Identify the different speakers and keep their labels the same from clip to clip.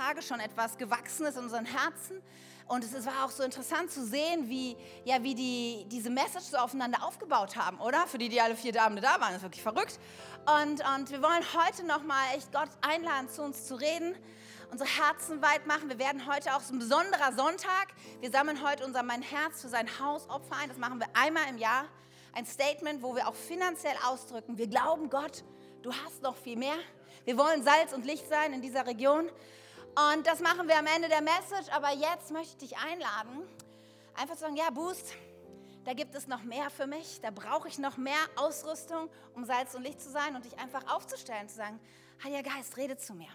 Speaker 1: Tage schon etwas gewachsen ist in unseren Herzen. Und es war auch so interessant zu sehen, wie, ja, wie die diese Message so aufeinander aufgebaut haben, oder? Für die, die alle vier Abende da waren, das ist wirklich verrückt. Und, und wir wollen heute nochmal echt Gott einladen, zu uns zu reden, unsere Herzen weit machen. Wir werden heute auch so ein besonderer Sonntag. Wir sammeln heute unser Mein Herz für sein Hausopfer ein. Das machen wir einmal im Jahr. Ein Statement, wo wir auch finanziell ausdrücken, wir glauben Gott, du hast noch viel mehr. Wir wollen Salz und Licht sein in dieser Region. Und das machen wir am Ende der Message. Aber jetzt möchte ich dich einladen, einfach zu sagen, ja, Boost, da gibt es noch mehr für mich. Da brauche ich noch mehr Ausrüstung, um Salz und Licht zu sein und dich einfach aufzustellen, zu sagen, Heiliger Geist, rede zu mir.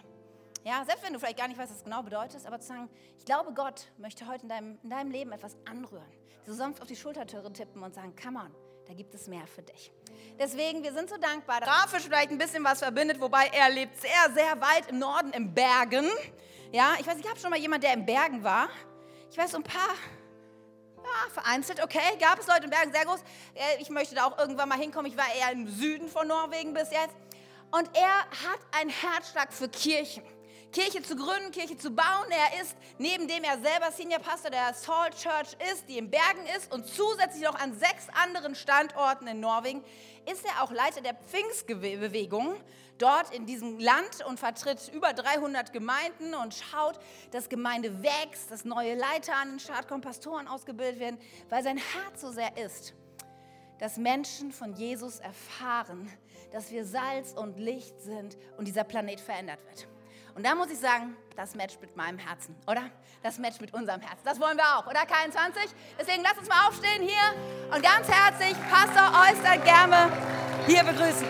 Speaker 1: Ja, selbst wenn du vielleicht gar nicht weißt, was das genau bedeutet, aber zu sagen, ich glaube, Gott möchte heute in deinem, in deinem Leben etwas anrühren. So sanft auf die Schultertüre tippen und sagen, come on, da gibt es mehr für dich. Deswegen, wir sind so dankbar. Grafisch vielleicht ein bisschen was verbindet, wobei er lebt sehr, sehr weit im Norden, im Bergen. Ja, ich weiß, ich habe schon mal jemand, der im Bergen war. Ich weiß, so ein paar, ja, vereinzelt, okay, gab es Leute in Bergen, sehr groß. Äh, Ich möchte da auch irgendwann mal hinkommen. Ich war eher im Süden von Norwegen bis jetzt. Und er hat einen Herzschlag für Kirchen. Kirche zu gründen, Kirche zu bauen. Er ist, neben dem er selber Senior Pastor der Salt Church ist, die in Bergen ist und zusätzlich noch an sechs anderen Standorten in Norwegen, ist er auch Leiter der Pfingstbewegung dort in diesem Land und vertritt über 300 Gemeinden und schaut, dass Gemeinde wächst, dass neue Leiter an den Start kommen, Pastoren ausgebildet werden, weil sein Herz so sehr ist dass Menschen von Jesus erfahren, dass wir Salz und Licht sind und dieser Planet verändert wird. Und da muss ich sagen, das matcht mit meinem Herzen, oder? Das matcht mit unserem Herzen. Das wollen wir auch, oder? K21? Deswegen lasst uns mal aufstehen hier und ganz herzlich Pastor Oyster Germe hier begrüßen.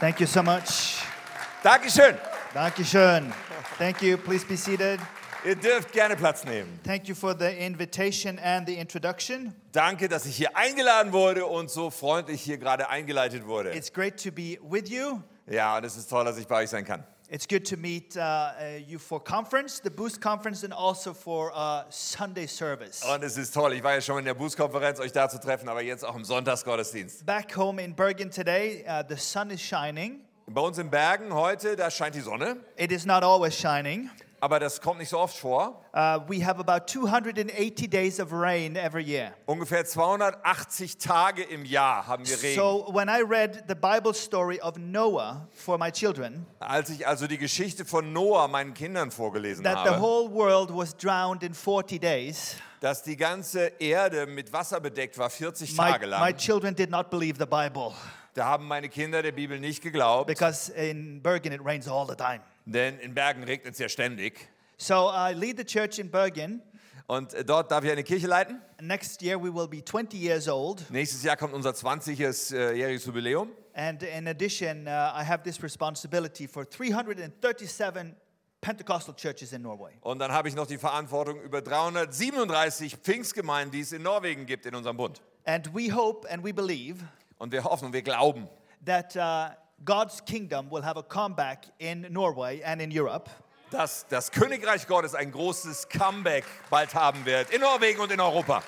Speaker 2: Thank you so much.
Speaker 3: Dankeschön.
Speaker 2: Dankeschön. Thank you. Please be seated.
Speaker 3: Ihr dürft gerne Platz nehmen.
Speaker 2: Thank you for the invitation and the introduction.
Speaker 3: Danke, dass ich hier eingeladen wurde und so freundlich hier gerade eingeleitet wurde.
Speaker 2: It's great to be with you.
Speaker 3: Ja, und es ist toll, dass ich bei euch sein kann.
Speaker 2: It's good to meet uh, uh, you for conference, the Boost conference, and also for uh, Sunday service.
Speaker 3: Und es ist toll. Ich war ja schon in der Bußkonferenz, euch da zu treffen, aber jetzt auch im Sonntagsgottesdienst.
Speaker 2: Back home in Bergen today, uh, the sun is shining.
Speaker 3: Bei uns in Bergen heute, da scheint die Sonne,
Speaker 2: It is not always shining.
Speaker 3: aber das kommt nicht so oft vor.
Speaker 2: Uh, we have about 280 days of rain every year.
Speaker 3: Ungefähr 280 Tage im Jahr haben wir Regen.
Speaker 2: So when I read the Bible story of Noah for my children,
Speaker 3: Als ich also die Geschichte von Noah meinen Kindern vorgelesen
Speaker 2: that the
Speaker 3: habe,
Speaker 2: whole world was drowned in 40 days,
Speaker 3: dass die ganze Erde mit Wasser bedeckt war, 40
Speaker 2: my,
Speaker 3: Tage
Speaker 2: my
Speaker 3: lang,
Speaker 2: children did not believe the Bible
Speaker 3: da haben meine Kinder der Bibel nicht geglaubt.
Speaker 2: because in Bergen it rains all the time.
Speaker 3: Denn in Bergen regnet es ja ständig.
Speaker 2: So I lead the church in Bergen.
Speaker 3: Und äh, dort darf ich eine Kirche leiten.
Speaker 2: Next year we will be 20 years old.
Speaker 3: Nächstes Jahr kommt unser 20-jähriges Jubiläum.
Speaker 2: And in addition, uh, I have this responsibility for 337 Pentecostal churches in Norway.
Speaker 3: Und dann habe ich noch die Verantwortung über 337 Pfingstgemeinden, die es in Norwegen gibt, in unserem Bund.
Speaker 2: And we hope and we believe
Speaker 3: Und wir hoffen und wir glauben,
Speaker 2: that uh, God's kingdom will have a comeback in Norway and in Europe.
Speaker 3: dass das Königreich Gottes ein großes Comeback bald haben wird, in Norwegen und in Europa.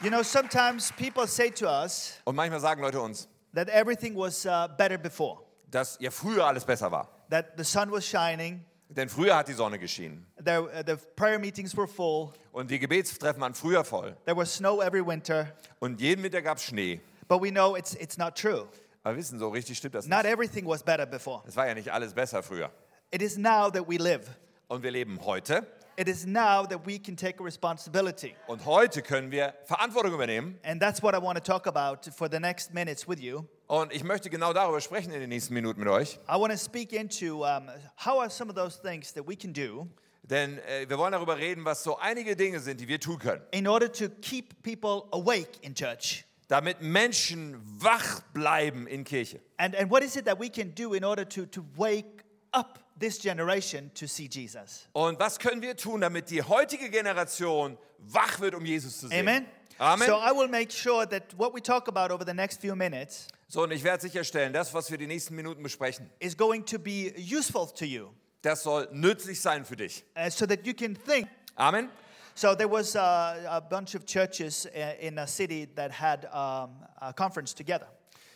Speaker 2: You know, sometimes people say to us,
Speaker 3: Und manchmal sagen Leute uns,
Speaker 2: that everything was uh, better before,
Speaker 3: dass ja früher alles besser war.
Speaker 2: that the sun was shining,
Speaker 3: Denn früher hat die Sonne geschienen.
Speaker 2: there, uh, the prayer meetings were full,
Speaker 3: Und die Gebetstreffen waren früher voll.
Speaker 2: there was snow every winter.
Speaker 3: Und jeden Winter gab es Schnee.
Speaker 2: But we know it's, it's not true.
Speaker 3: Aber wir wissen so, richtig stimmt das
Speaker 2: Not
Speaker 3: nicht.
Speaker 2: everything was better before.
Speaker 3: Es war ja nicht alles besser früher.
Speaker 2: It is now that we live.
Speaker 3: Und wir leben heute.
Speaker 2: It is now that we can take responsibility.
Speaker 3: Und heute können wir Verantwortung übernehmen.
Speaker 2: And that's what I want to talk about for the next minutes with you.
Speaker 3: Und ich möchte genau darüber sprechen in den nächsten Minuten mit euch.
Speaker 2: I want to speak into um, how are some of those things that we can do
Speaker 3: Denn äh, wir wollen darüber reden, was so einige Dinge sind, die wir tun können.
Speaker 2: in order to keep people awake in church.
Speaker 3: Damit Menschen wach bleiben in Kirche.
Speaker 2: And, and what is it that we can do in order to, to wake up this generation to see Jesus?
Speaker 3: Und was können wir tun, damit die heutige Generation wach wird, um Jesus zu sehen?
Speaker 2: Amen?
Speaker 3: Amen.
Speaker 2: So äh I will make sure that what we talk about over the next few minutes
Speaker 3: So, und ich werde sicherstellen, das, was wir die nächsten Minuten besprechen,
Speaker 2: is going to be useful to you
Speaker 3: das soll nützlich sein für dich.
Speaker 2: uh, so that you can think.
Speaker 3: Amen.
Speaker 2: So there was uh, a bunch of churches i- in a city that had um, a conference together.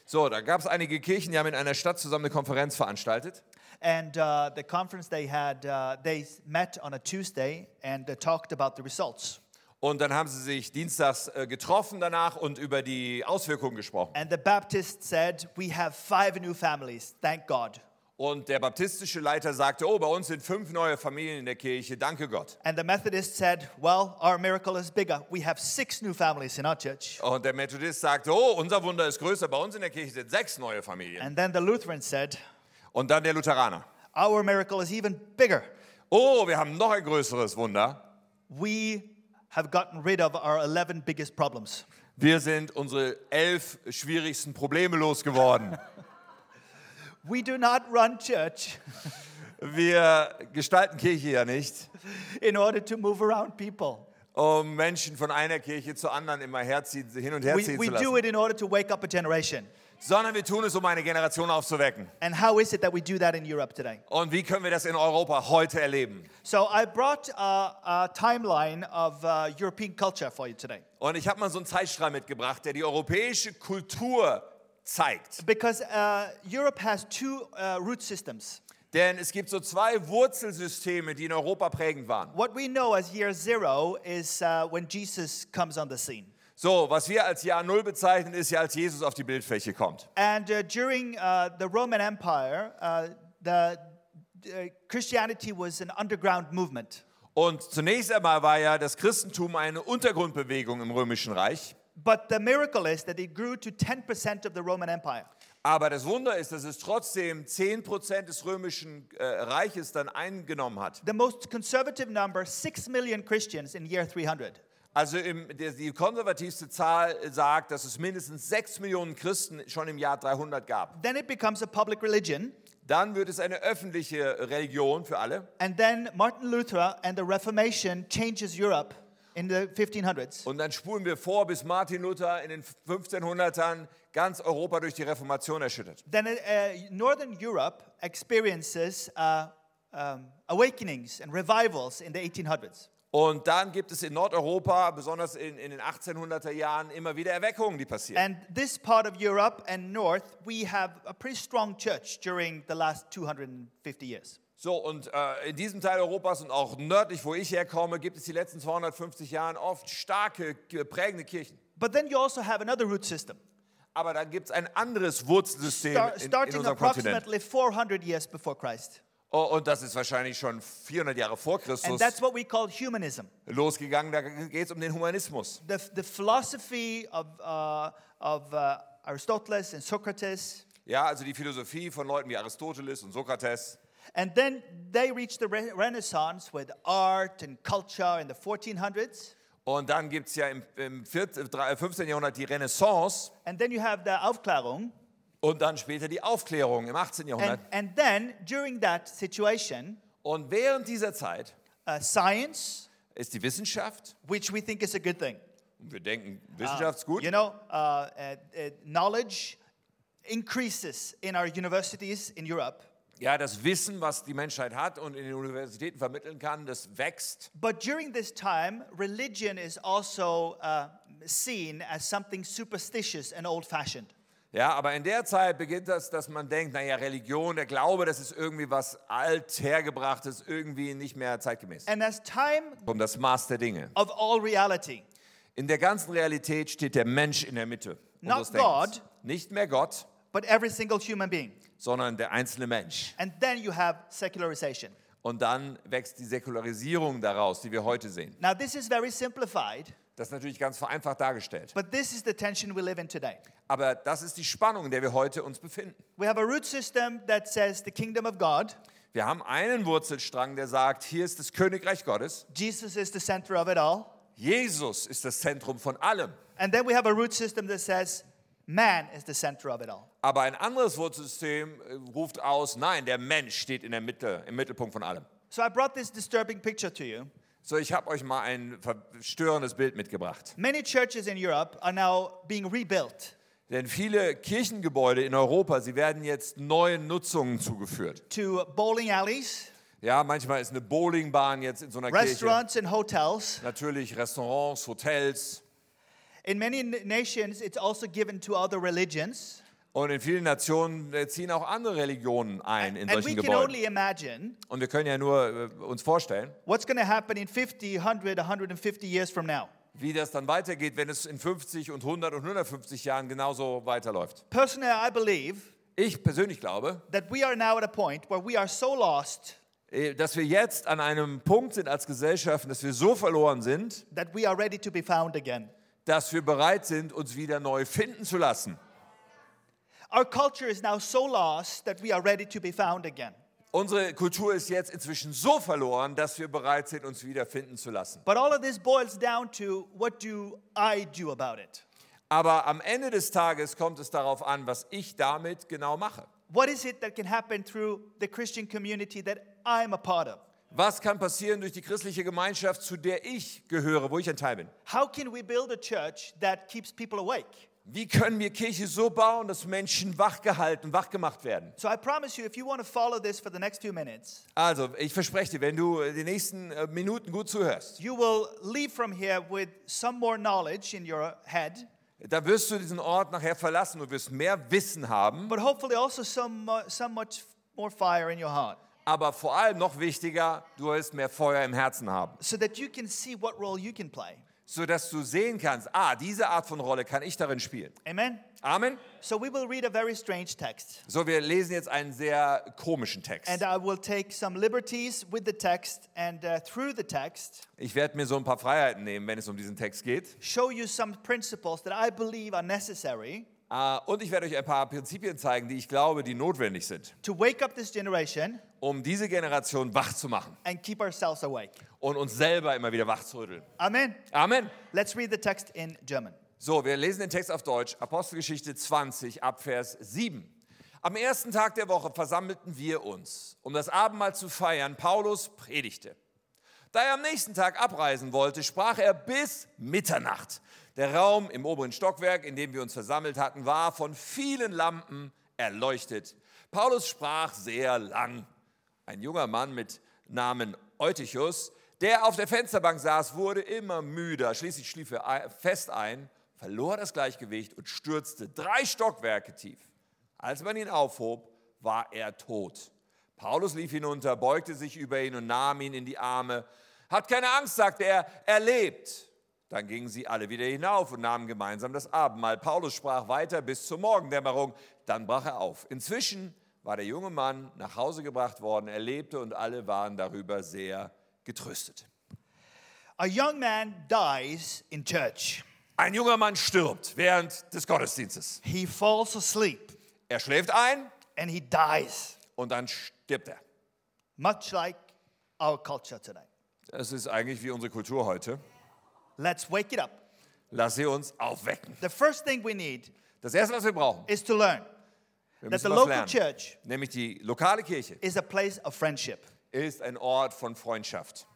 Speaker 3: So, da gab es einige Kirchen, die haben in einer Stadt zusammen eine Konferenz veranstaltet.
Speaker 2: And uh, the conference they had, uh, they met on a Tuesday and they talked about the results.
Speaker 3: Und dann haben sie sich dienstags äh, getroffen danach und über die Auswirkungen gesprochen.
Speaker 2: And the Baptist said, We have five new families, thank God.
Speaker 3: Und der baptistische Leiter sagte, oh, bei uns sind fünf neue Familien in der Kirche, danke Gott.
Speaker 2: And the Methodist said, Well, our miracle is bigger. We have six new families in our church.
Speaker 3: Und der Methodist sagte, oh, unser Wunder ist größer, bei uns in der Kirche sind sechs neue Familien.
Speaker 2: And then the Lutheran said,
Speaker 3: Und dann der Lutheraner,
Speaker 2: Our miracle is even bigger.
Speaker 3: oh, wir haben noch ein größeres Wunder.
Speaker 2: We have gotten rid of our 11 biggest problems.
Speaker 3: Wir sind unsere elf schwierigsten Probleme losgeworden.
Speaker 2: We do not run church
Speaker 3: Wir gestalten Kirche ja nicht,
Speaker 2: in order to move around people.
Speaker 3: um Menschen von einer Kirche zur anderen immer herziehen, hin und her
Speaker 2: We,
Speaker 3: ziehen
Speaker 2: we
Speaker 3: zu lassen,
Speaker 2: do it in order to wake up a generation.
Speaker 3: sondern wir tun es, um eine Generation aufzuwecken.
Speaker 2: And how is it that we do that in Europe today?
Speaker 3: Und wie können wir das in Europa heute erleben?
Speaker 2: So I brought uh, a timeline of uh, European culture for you today.
Speaker 3: Und ich habe mal so einen Zeitstrahl mitgebracht, der die europäische Kultur zeigt.
Speaker 2: Because uh, Europe has two uh, root systems.
Speaker 3: Denn es gibt so zwei Wurzelsysteme, die in Europa prägend waren.
Speaker 2: What we know as year zero is uh, when Jesus comes on the scene.
Speaker 3: So, was wir als Jahr Null bezeichnen, ist ja, als Jesus auf die Bildfläche kommt.
Speaker 2: And uh, during uh, the Roman Empire, uh, the uh, Christianity was an underground movement.
Speaker 3: Und zunächst einmal war ja das Christentum eine Untergrundbewegung im Römischen Reich.
Speaker 2: But the miracle is that it grew to 10% of the Roman Empire.
Speaker 3: Aber das Wunder ist, dass es trotzdem 10% des Römischen äh, Reiches dann eingenommen hat.
Speaker 2: The most conservative number, 6 million Christians in year 300.
Speaker 3: Also im, der, die konservativste Zahl äh, sagt, dass es mindestens 6 Millionen Christen schon im Jahr 300 gab.
Speaker 2: Then it becomes a public religion.
Speaker 3: Dann wird es eine öffentliche Religion für alle.
Speaker 2: And then Martin Luther and the Reformation changes Europe in the 1500s.
Speaker 3: Und dann spulen wir vor, bis Martin Luther in den 1500ern ganz Europa durch die Reformation erschüttert.
Speaker 2: Then uh, Northern Europe experiences uh, um, awakenings and revivals in the 1800s.
Speaker 3: Und dann gibt es in Nordeuropa, besonders in, in den 1800er Jahren, immer wieder Erweckungen, die passieren.
Speaker 2: And this part of Europe and North, we have a pretty strong church during the last 250 years.
Speaker 3: So, und äh, in diesem Teil Europas und auch nördlich, wo ich herkomme, gibt es die letzten 250 Jahren oft starke, ge- prägende Kirchen.
Speaker 2: But then you also have another root system,
Speaker 3: Aber dann gibt es ein anderes Wurzelsystem
Speaker 2: star-
Speaker 3: in, in
Speaker 2: starting
Speaker 3: unserem Kontinent.
Speaker 2: approximately 400 years before Christ.
Speaker 3: Oh, und das ist wahrscheinlich schon 400 Jahre vor
Speaker 2: And
Speaker 3: Christus
Speaker 2: that's what we call humanism
Speaker 3: losgegangen. Da geht es um den Humanismus.
Speaker 2: the, the philosophy of, uh, of uh, Aristotle and Socrates.
Speaker 3: Ja, also die Philosophie von Leuten wie Aristoteles und Sokrates.
Speaker 2: And then they reached the re- Renaissance with art and culture in the 1400s.
Speaker 3: Und dann gibt es ja im, im 14, drei- 15. Jahrhundert die Renaissance
Speaker 2: And then you have the Aufklärung.
Speaker 3: und dann später die Aufklärung im 18.
Speaker 2: And,
Speaker 3: Jahrhundert.
Speaker 2: and then during that situation,
Speaker 3: Und während dieser Zeit
Speaker 2: uh, science,
Speaker 3: ist die Wissenschaft,
Speaker 2: which we think is a good thing.
Speaker 3: und wir denken,
Speaker 2: Ah,
Speaker 3: Wissenschaft ist
Speaker 2: You
Speaker 3: gut,
Speaker 2: know, uh, uh, uh, knowledge increases in our universities in Europe,
Speaker 3: ja, das Wissen, was die Menschheit hat und in den Universitäten vermitteln kann, das wächst.
Speaker 2: but during this time, religion is also uh, seen as something superstitious and old fashioned.
Speaker 3: Ja, aber in der Zeit beginnt das, dass man denkt, naja, Religion, der Glaube, das ist irgendwie was althergebrachtes, irgendwie nicht mehr zeitgemäß.
Speaker 2: And as time
Speaker 3: Um das Maß der Dinge.
Speaker 2: of all reality,
Speaker 3: In der ganzen Realität steht der Mensch in der Mitte.
Speaker 2: Not
Speaker 3: unseres Denkens.
Speaker 2: God.
Speaker 3: Nicht mehr Gott,
Speaker 2: but every single human being.
Speaker 3: sondern der einzelne Mensch.
Speaker 2: And then you have secularization.
Speaker 3: Und dann wächst die Säkularisierung daraus, die wir heute sehen.
Speaker 2: Now, this is very simplified,
Speaker 3: Das ist natürlich ganz vereinfacht dargestellt.
Speaker 2: but this is the tension we live in today.
Speaker 3: Aber das ist die Spannung, in der wir heute uns befinden.
Speaker 2: We have a root system that says the kingdom of God,
Speaker 3: Wir haben einen Wurzelstrang, der sagt, hier ist das Königreich Gottes.
Speaker 2: Jesus is the center of it all.
Speaker 3: Jesus ist das Zentrum von allem.
Speaker 2: And then we have a root system that says man is the center of it all.
Speaker 3: Aber ein anderes Wurzelsystem äh, ruft aus, nein, der Mensch steht in der Mitte, im Mittelpunkt von allem.
Speaker 2: So I brought this disturbing picture to you.
Speaker 3: So, ich habe euch mal ein verstörendes Bild mitgebracht.
Speaker 2: Many churches in Europe are now being rebuilt
Speaker 3: Denn viele Kirchengebäude in Europa, sie werden jetzt neuen Nutzungen zugeführt.
Speaker 2: to bowling alleys,
Speaker 3: Ja, manchmal ist eine Bowlingbahn jetzt in so einer Kirche.
Speaker 2: restaurants, and hotels.
Speaker 3: Natürlich Restaurants, Hotels.
Speaker 2: In many n- nations, it's also given to other religions.
Speaker 3: Und in vielen Nationen äh, ziehen auch andere Religionen ein in
Speaker 2: And we
Speaker 3: solchen
Speaker 2: can
Speaker 3: Gebäuden.
Speaker 2: only imagine
Speaker 3: Und wir können ja nur äh, uns vorstellen,
Speaker 2: what's going to happen in 50, 100, 150 years from now.
Speaker 3: wie das dann weitergeht, wenn es in 50 und 100 und 150 Jahren genauso weiterläuft.
Speaker 2: Personally, I believe
Speaker 3: Ich persönlich glaube,
Speaker 2: that we are now at a point where we are so lost
Speaker 3: äh, dass wir jetzt an einem Punkt sind als Gesellschaften, dass wir so verloren sind,
Speaker 2: that we are ready to be found again.
Speaker 3: dass wir bereit sind, uns wieder neu finden zu lassen.
Speaker 2: Our culture is now so lost that we are ready to be found again.
Speaker 3: Unsere Kultur ist jetzt inzwischen so verloren, dass wir bereit sind, uns wieder finden zu lassen.
Speaker 2: But all of this boils down to what do I do about it?
Speaker 3: Aber am Ende des Tages kommt es darauf an, was ich damit genau mache.
Speaker 2: What is it that can happen through the Christian community that I'm a part of?
Speaker 3: Was kann passieren durch die christliche Gemeinschaft, zu der ich gehöre, wo ich ein Teil bin?
Speaker 2: How can we build a church that keeps people awake?
Speaker 3: Wie können wir Kirche so bauen, dass Menschen wachgehalten, wachgemacht werden?
Speaker 2: So I promise you, if you want to follow this for the next few minutes,
Speaker 3: Also, ich verspreche dir, wenn du die nächsten äh, Minuten gut zuhörst,
Speaker 2: you will leave from here with some more knowledge in your head,
Speaker 3: dann wirst du diesen Ort nachher verlassen und wirst mehr Wissen haben,
Speaker 2: but hopefully also some, mo- some much more fire in your heart
Speaker 3: aber vor allem noch wichtiger, du wirst mehr Feuer im Herzen haben,
Speaker 2: so that you can see what role you can play.
Speaker 3: sodass du sehen kannst, ah, diese Art von Rolle kann ich darin spielen.
Speaker 2: Amen?
Speaker 3: Amen.
Speaker 2: So we will read a very strange text,
Speaker 3: So, wir lesen jetzt einen sehr komischen Text.
Speaker 2: and uh, I will take some liberties with the text and uh, through the text
Speaker 3: Ich werde mir so ein paar Freiheiten nehmen, wenn es um diesen Text geht.
Speaker 2: show you some principles that I believe are necessary
Speaker 3: Ah, Und ich werde euch ein paar Prinzipien zeigen, die ich glaube, die notwendig sind,
Speaker 2: to wake up this generation
Speaker 3: um diese Generation wach zu machen
Speaker 2: and keep ourselves awake.
Speaker 3: und uns selber immer wieder wach zu rütteln.
Speaker 2: Amen.
Speaker 3: Amen.
Speaker 2: Let's read the text in German.
Speaker 3: So, wir lesen den Text auf Deutsch, Apostelgeschichte 20, Abvers 7. Am ersten Tag der Woche versammelten wir uns, um das Abendmahl zu feiern. Paulus predigte. Da er am nächsten Tag abreisen wollte, sprach er bis Mitternacht. Der Raum im oberen Stockwerk, in dem wir uns versammelt hatten, war von vielen Lampen erleuchtet. Paulus sprach sehr lang. Ein junger Mann mit Namen Eutychus, der auf der Fensterbank saß, wurde immer müder. Schließlich schlief er ei- fest ein, verlor das Gleichgewicht und stürzte drei Stockwerke tief. Als man ihn aufhob, war er tot. Paulus lief hinunter, beugte sich über ihn und nahm ihn in die Arme. Hat keine Angst, sagte er, er lebt. Dann gingen sie alle wieder hinauf und nahmen gemeinsam das Abendmahl. Paulus sprach weiter bis zur Morgendämmerung. Dann brach er auf. Inzwischen war der junge Mann nach Hause gebracht worden. Er lebte und alle waren darüber sehr getröstet.
Speaker 2: A young man dies in church.
Speaker 3: Ein junger Mann stirbt während des Gottesdienstes.
Speaker 2: He falls asleep
Speaker 3: Er schläft ein
Speaker 2: and he dies,
Speaker 3: und dann stirbt er.
Speaker 2: much like our culture today.
Speaker 3: Das ist eigentlich wie unsere Kultur heute.
Speaker 2: Let's wake it up.
Speaker 3: Lass sie uns aufwecken.
Speaker 2: The first thing we need
Speaker 3: Das Erste, was wir brauchen,
Speaker 2: is to learn
Speaker 3: wir
Speaker 2: that the
Speaker 3: müssen was
Speaker 2: local
Speaker 3: lernen.
Speaker 2: church
Speaker 3: Nämlich die lokale Kirche
Speaker 2: is a place of friendship.
Speaker 3: ist ein Ort von Freundschaft.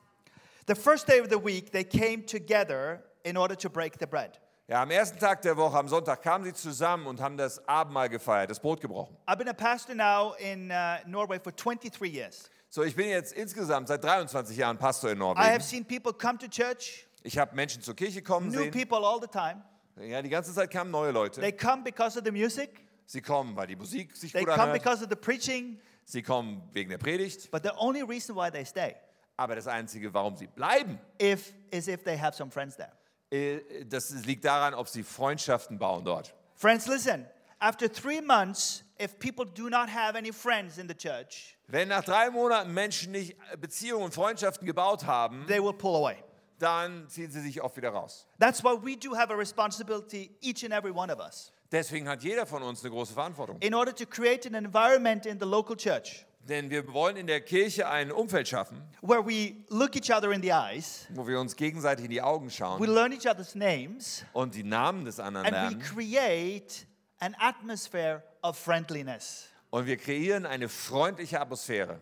Speaker 2: The first day of the week, they came together in order to break the bread.
Speaker 3: Ja, am ersten Tag der Woche, am Sonntag, kamen sie zusammen und haben das Abendmahl gefeiert, das Brot gebrochen.
Speaker 2: I've been a pastor now in uh, Norway for 23 years.
Speaker 3: So, ich bin jetzt insgesamt seit 23 Jahren Pastor in
Speaker 2: I have
Speaker 3: Norwegen.
Speaker 2: seen people come to church,
Speaker 3: Ich habe Menschen zur Kirche kommen
Speaker 2: new
Speaker 3: sehen.
Speaker 2: people all the time.
Speaker 3: Ja, die ganze Zeit kamen neue Leute.
Speaker 2: They come because of the music,
Speaker 3: Sie kommen, weil die Musik sich
Speaker 2: they
Speaker 3: gut
Speaker 2: come
Speaker 3: anhört.
Speaker 2: because of the preaching,
Speaker 3: Sie kommen wegen der Predigt.
Speaker 2: but the only reason why they stay
Speaker 3: Aber das Einzige, warum sie bleiben,
Speaker 2: if, is if they have some friends there.
Speaker 3: äh, das liegt daran, ob sie Freundschaften bauen dort.
Speaker 2: Friends, listen, after three months, if people do not have any friends in the church,
Speaker 3: Wenn nach drei Monaten Menschen nicht Beziehungen und Freundschaften gebaut haben,
Speaker 2: they will pull away.
Speaker 3: dann ziehen sie sich oft wieder raus.
Speaker 2: That's why we do have a responsibility, each and every one of us,
Speaker 3: Deswegen hat jeder von uns eine große Verantwortung.
Speaker 2: in order to create an environment in the local church
Speaker 3: Denn wir wollen in der Kirche ein Umfeld schaffen,
Speaker 2: where we look each other in the eyes,
Speaker 3: wo wir uns gegenseitig in die Augen
Speaker 2: we
Speaker 3: schauen
Speaker 2: learn each other's names,
Speaker 3: und die Namen des anderen
Speaker 2: and we
Speaker 3: lernen.
Speaker 2: create an atmosphere of friendliness.
Speaker 3: Und wir kreieren eine freundliche Atmosphäre.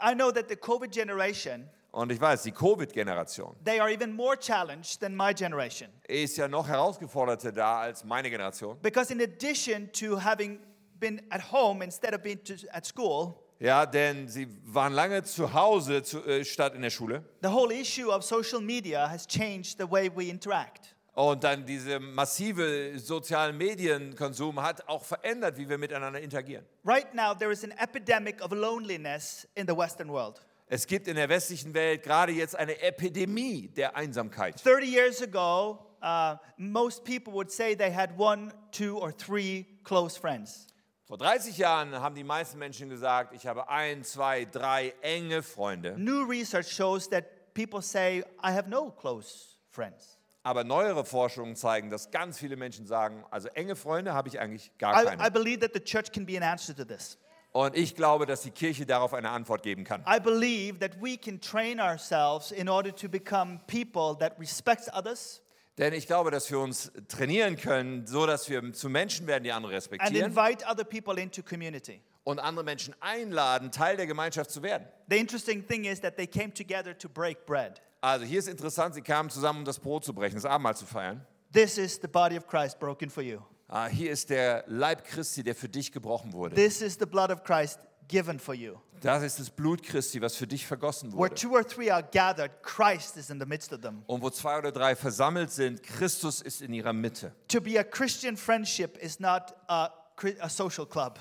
Speaker 2: I know that the COVID generation,
Speaker 3: Und ich weiß, die Covid-Generation
Speaker 2: they are even more challenged than my generation.
Speaker 3: ist ja noch herausgeforderter da als meine Generation.
Speaker 2: Because in addition to having been at home instead of being to, at school,
Speaker 3: Ja, denn sie waren lange zu Hause zu, äh, statt in der Schule.
Speaker 2: The whole issue of social media has changed the way we interact.
Speaker 3: Und dann diese massive sozialen Medienkonsum hat auch verändert, wie wir miteinander interagieren.
Speaker 2: Right now, there is an epidemic of loneliness in the Western world.
Speaker 3: Es gibt in der westlichen Welt gerade jetzt eine Epidemie der Einsamkeit.
Speaker 2: 30 years ago, uh, most people would say they had one, two, or three close friends.
Speaker 3: Vor 30 Jahren haben die meisten Menschen gesagt, ich habe ein, zwei, drei enge Freunde.
Speaker 2: New research shows that people say, I have no close friends.
Speaker 3: Aber neuere Forschungen zeigen, dass ganz viele Menschen sagen, also enge Freunde habe ich eigentlich gar
Speaker 2: I, I
Speaker 3: keine.
Speaker 2: believe that the church can be an answer to this.
Speaker 3: Und ich glaube, dass die Kirche darauf eine Antwort geben kann.
Speaker 2: I believe that we can train ourselves in order to become people that respects others
Speaker 3: Denn ich glaube, dass wir uns trainieren können, so dass wir zu Menschen werden, die andere
Speaker 2: and
Speaker 3: respektieren
Speaker 2: invite other people into community.
Speaker 3: und andere Menschen einladen, Teil der Gemeinschaft zu werden.
Speaker 2: The interesting thing is that they came together to break bread.
Speaker 3: Also hier ist interessant, sie kamen zusammen, um das Brot zu brechen, das Abendmahl zu feiern.
Speaker 2: This is the body of Christ broken for you.
Speaker 3: Ah, hier ist der Leib Christi, der für dich gebrochen wurde.
Speaker 2: This is the blood of Christ given for you.
Speaker 3: Das ist das Blut Christi, was für dich vergossen
Speaker 2: Where
Speaker 3: wurde.
Speaker 2: two or three are gathered, Christ is in the midst of them.
Speaker 3: Und wo zwei oder drei versammelt sind, Christus ist in ihrer Mitte.
Speaker 2: To be a Christian friendship is not a, cri- a social club,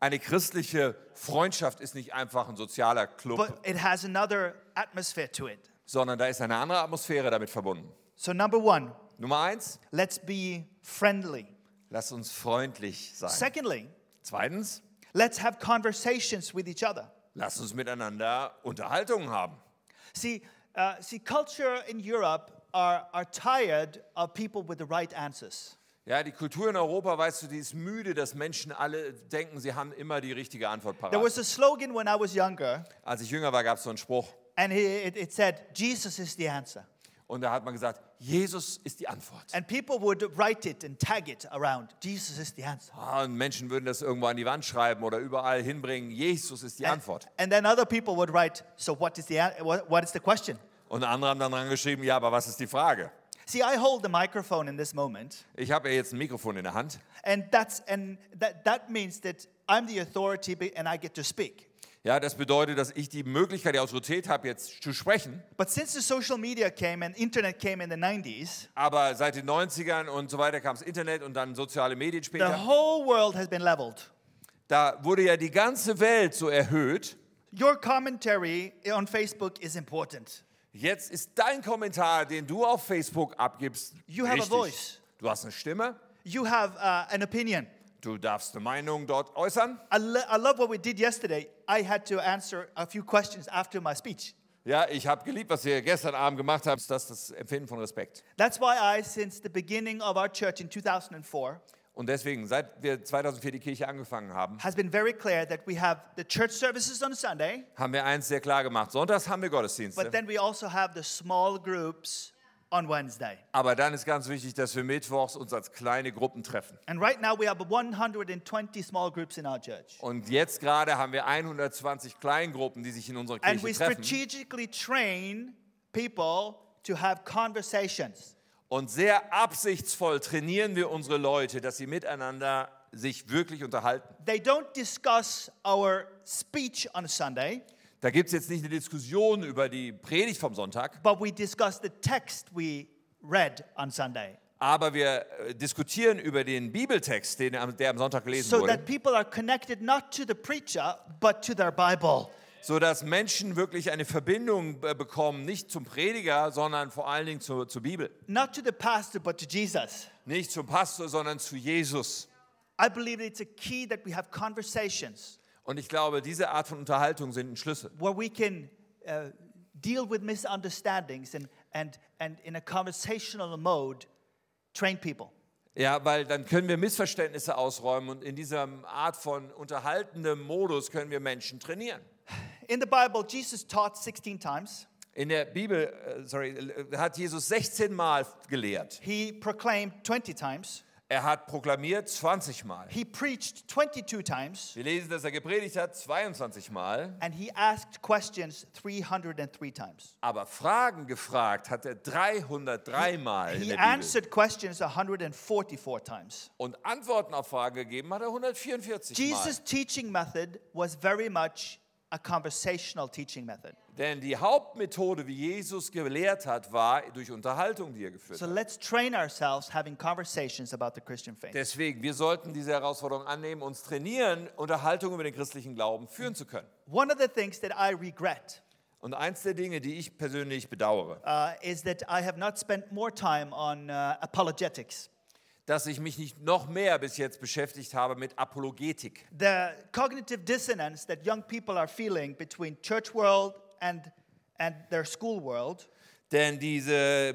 Speaker 3: Eine christliche Freundschaft ist nicht einfach ein sozialer
Speaker 2: but
Speaker 3: Club,
Speaker 2: it has another atmosphere to it.
Speaker 3: sondern da ist eine andere Atmosphäre damit verbunden.
Speaker 2: So, number one,
Speaker 3: Nummer eins,
Speaker 2: let's be friendly.
Speaker 3: lass uns freundlich sein.
Speaker 2: Secondly,
Speaker 3: Zweitens,
Speaker 2: let's have conversations with each other.
Speaker 3: lass uns miteinander Unterhaltungen haben.
Speaker 2: See, uh, see, culture in Europe are, are tired of people with the right answers.
Speaker 3: Ja, die Kultur in Europa, weißt du, die ist müde, dass Menschen alle denken, sie haben immer die richtige Antwort
Speaker 2: There
Speaker 3: parat.
Speaker 2: was a slogan when I was younger,
Speaker 3: Als ich jünger war, gab es so einen Spruch
Speaker 2: and it, it- it said, Jesus is the answer.
Speaker 3: und da hat man gesagt, Jesus ist die Antwort.
Speaker 2: And people would write it and tag it around. Jesus is the answer.
Speaker 3: Ah, und Menschen würden das irgendwo an die Wand schreiben oder überall hinbringen. Jesus ist die
Speaker 2: And-
Speaker 3: Antwort.
Speaker 2: And, then other people would write, so what is the, an- what, what is the question?
Speaker 3: Und andere haben dann dran geschrieben, ja, aber was ist die Frage?
Speaker 2: See, I hold the microphone in this moment,
Speaker 3: Ich habe ja jetzt ein Mikrofon in der Hand.
Speaker 2: and, that's, and that, that means that I'm the authority be- and I get to speak.
Speaker 3: Ja, das bedeutet, dass ich die Möglichkeit, die Autorität habe, jetzt zu sprechen.
Speaker 2: But since the social media came and internet came in the 90s,
Speaker 3: Aber seit den 90ern und so weiter kam das Internet und dann soziale Medien
Speaker 2: the
Speaker 3: später.
Speaker 2: whole world has been leveled.
Speaker 3: Da wurde ja die ganze Welt so erhöht.
Speaker 2: Your commentary on Facebook is important.
Speaker 3: Jetzt ist dein Kommentar, den du auf Facebook abgibst,
Speaker 2: You have a
Speaker 3: wichtig.
Speaker 2: voice.
Speaker 3: Du hast eine Stimme.
Speaker 2: You have uh, an opinion.
Speaker 3: Du darfst eine Meinung dort äußern.
Speaker 2: I, lo- I love what we did yesterday. I had to answer a few questions after my speech.
Speaker 3: Ja, ich habe geliebt, was ihr gestern Abend gemacht habt, ist das, das Empfinden von Respekt.
Speaker 2: That's why I, since the beginning of our church in 2004,
Speaker 3: Und deswegen, seit wir 2004 die Kirche angefangen haben,
Speaker 2: has been very clear that we have the church services on Sunday,
Speaker 3: haben wir eins sehr klar gemacht. Sonntags haben wir
Speaker 2: but
Speaker 3: Gottesdienste.
Speaker 2: then we also have the small groups on Wednesday.
Speaker 3: Aber dann ist ganz wichtig, dass wir mittwochs uns als kleine Gruppen treffen.
Speaker 2: And right now we have 120 small groups in our church.
Speaker 3: Und jetzt gerade haben wir 120 Kleingruppen, die sich in unserer
Speaker 2: And
Speaker 3: Kirche
Speaker 2: we
Speaker 3: treffen
Speaker 2: strategically train people to have conversations.
Speaker 3: und sehr absichtsvoll trainieren wir unsere Leute, dass sie miteinander sich wirklich unterhalten.
Speaker 2: They don't discuss our speech on Sunday,
Speaker 3: Da gibt es jetzt nicht eine Diskussion über die Predigt vom Sonntag,
Speaker 2: but we discuss the text we read on Sunday.
Speaker 3: aber wir äh, diskutieren über den Bibeltext, den, am- der am Sonntag gelesen
Speaker 2: So
Speaker 3: wurde.
Speaker 2: that people are connected not to the preacher, but to their Bible.
Speaker 3: sodass Menschen wirklich eine Verbindung äh, bekommen, nicht zum Prediger, sondern vor allen Dingen zur, zur Bibel.
Speaker 2: Not to the pastor, but to Jesus.
Speaker 3: Nicht zum Pastor, sondern zu Jesus.
Speaker 2: I believe it's a key that we have conversations
Speaker 3: Und ich glaube, diese Art von Unterhaltung sind ein Schlüssel,
Speaker 2: where we can uh, deal with misunderstandings and, and, and in a conversational mode train people.
Speaker 3: ja, weil dann können wir Missverständnisse ausräumen und in dieser Art von unterhaltendem Modus können wir Menschen trainieren.
Speaker 2: In the Bible, Jesus taught 16 times.
Speaker 3: In der Bibel, äh, sorry, äh, hat Jesus 16 Mal gelehrt.
Speaker 2: He proclaimed 20 times.
Speaker 3: Er hat proklamiert 20 Mal.
Speaker 2: He preached 22 times.
Speaker 3: Wir lesen, dass er gepredigt hat 22 Mal,
Speaker 2: And he asked questions 303 times.
Speaker 3: aber Fragen gefragt hat er 303 Mal in
Speaker 2: He
Speaker 3: der Bibel.
Speaker 2: answered questions 144 times.
Speaker 3: Und Antworten auf Fragen gegeben hat er 144 Mal.
Speaker 2: Jesus' teaching method was very much a conversational teaching method.
Speaker 3: Denn die Hauptmethode, wie Jesus gelehrt hat, war durch Unterhaltung, die er geführt
Speaker 2: So
Speaker 3: hat.
Speaker 2: let's train ourselves having conversations about the Christian faith.
Speaker 3: Deswegen, wir sollten diese Herausforderung annehmen, uns trainieren, Unterhaltung über den christlichen Glauben führen zu können.
Speaker 2: One of the things that I regret
Speaker 3: Und eins der Dinge, die ich persönlich bedauere,
Speaker 2: uh, is that I have not spent more time on uh, apologetics.
Speaker 3: dass ich mich nicht noch mehr bis jetzt beschäftigt habe mit Apologetik.
Speaker 2: The cognitive dissonance that young people are feeling between church world and, and their school world
Speaker 3: Denn diese, äh,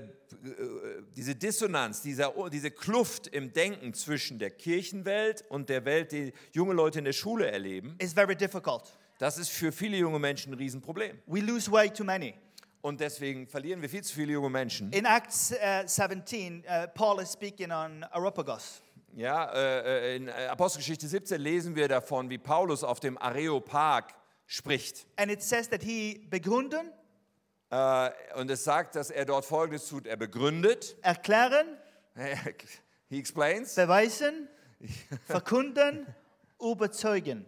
Speaker 3: diese Dissonanz, dieser, diese Kluft im Denken zwischen der Kirchenwelt und der Welt, die junge Leute in der Schule erleben,
Speaker 2: is very difficult.
Speaker 3: das ist für viele junge Menschen ein Riesenproblem.
Speaker 2: We lose way too many.
Speaker 3: Und deswegen verlieren wir viel zu viele junge Menschen.
Speaker 2: In Acts uh, 17, uh, Paul is speaking on Areopagus.
Speaker 3: Ja, äh, äh, in äh, Apostelgeschichte 17 lesen wir davon, wie Paulus auf dem Areopag spricht.
Speaker 2: And it says that he begründen,
Speaker 3: Äh, und es sagt, dass er dort Folgendes tut. Er begründet,
Speaker 2: erklären,
Speaker 3: he explains,
Speaker 2: beweisen, verkünden, überzeugen.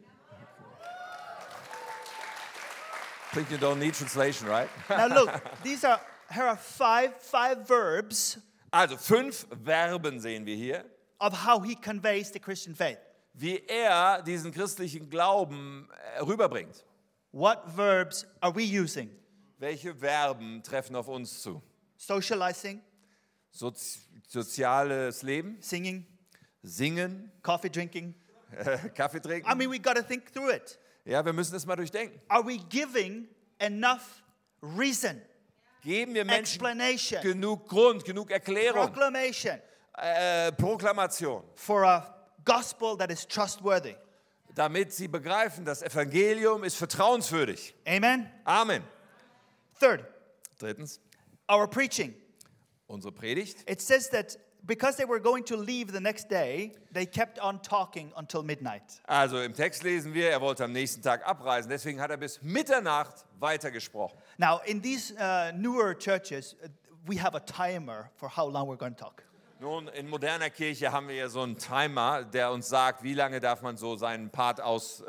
Speaker 3: Think you don't need translation, right?
Speaker 2: Now look, these are here are five five verbs
Speaker 3: Also fünf Verben sehen wir hier,
Speaker 2: of how he conveys the Christian faith.
Speaker 3: wie er diesen christlichen Glauben äh, rüberbringt.
Speaker 2: What verbs are we using?
Speaker 3: Welche Verben treffen auf uns zu?
Speaker 2: Socializing,
Speaker 3: Sozi soziales Leben,
Speaker 2: singing,
Speaker 3: singen,
Speaker 2: coffee drinking.
Speaker 3: Kaffee trinken.
Speaker 2: I mean, we got to think through it.
Speaker 3: ja, wir müssen das mal durchdenken.
Speaker 2: Are we giving enough reason,
Speaker 3: Geben wir Menschen
Speaker 2: explanation,
Speaker 3: genug Grund, genug Erklärung,
Speaker 2: proclamation
Speaker 3: äh, Proklamation,
Speaker 2: for a gospel that is trustworthy?
Speaker 3: damit sie begreifen, das Evangelium ist vertrauenswürdig.
Speaker 2: Amen.
Speaker 3: Amen.
Speaker 2: Third,
Speaker 3: Drittens,
Speaker 2: our preaching.
Speaker 3: unsere Predigt.
Speaker 2: It says that because they were going to leave the next day, they kept on talking until midnight.
Speaker 3: Also im Text lesen wir, er wollte am nächsten Tag abreisen, deswegen hat er bis Mitternacht weitergesprochen.
Speaker 2: Now, in these uh, newer churches, uh, we have a timer for how long we're going to talk.
Speaker 3: Nun, in moderner Kirche haben wir ja so einen Timer, der uns sagt, wie lange darf man so seinen Part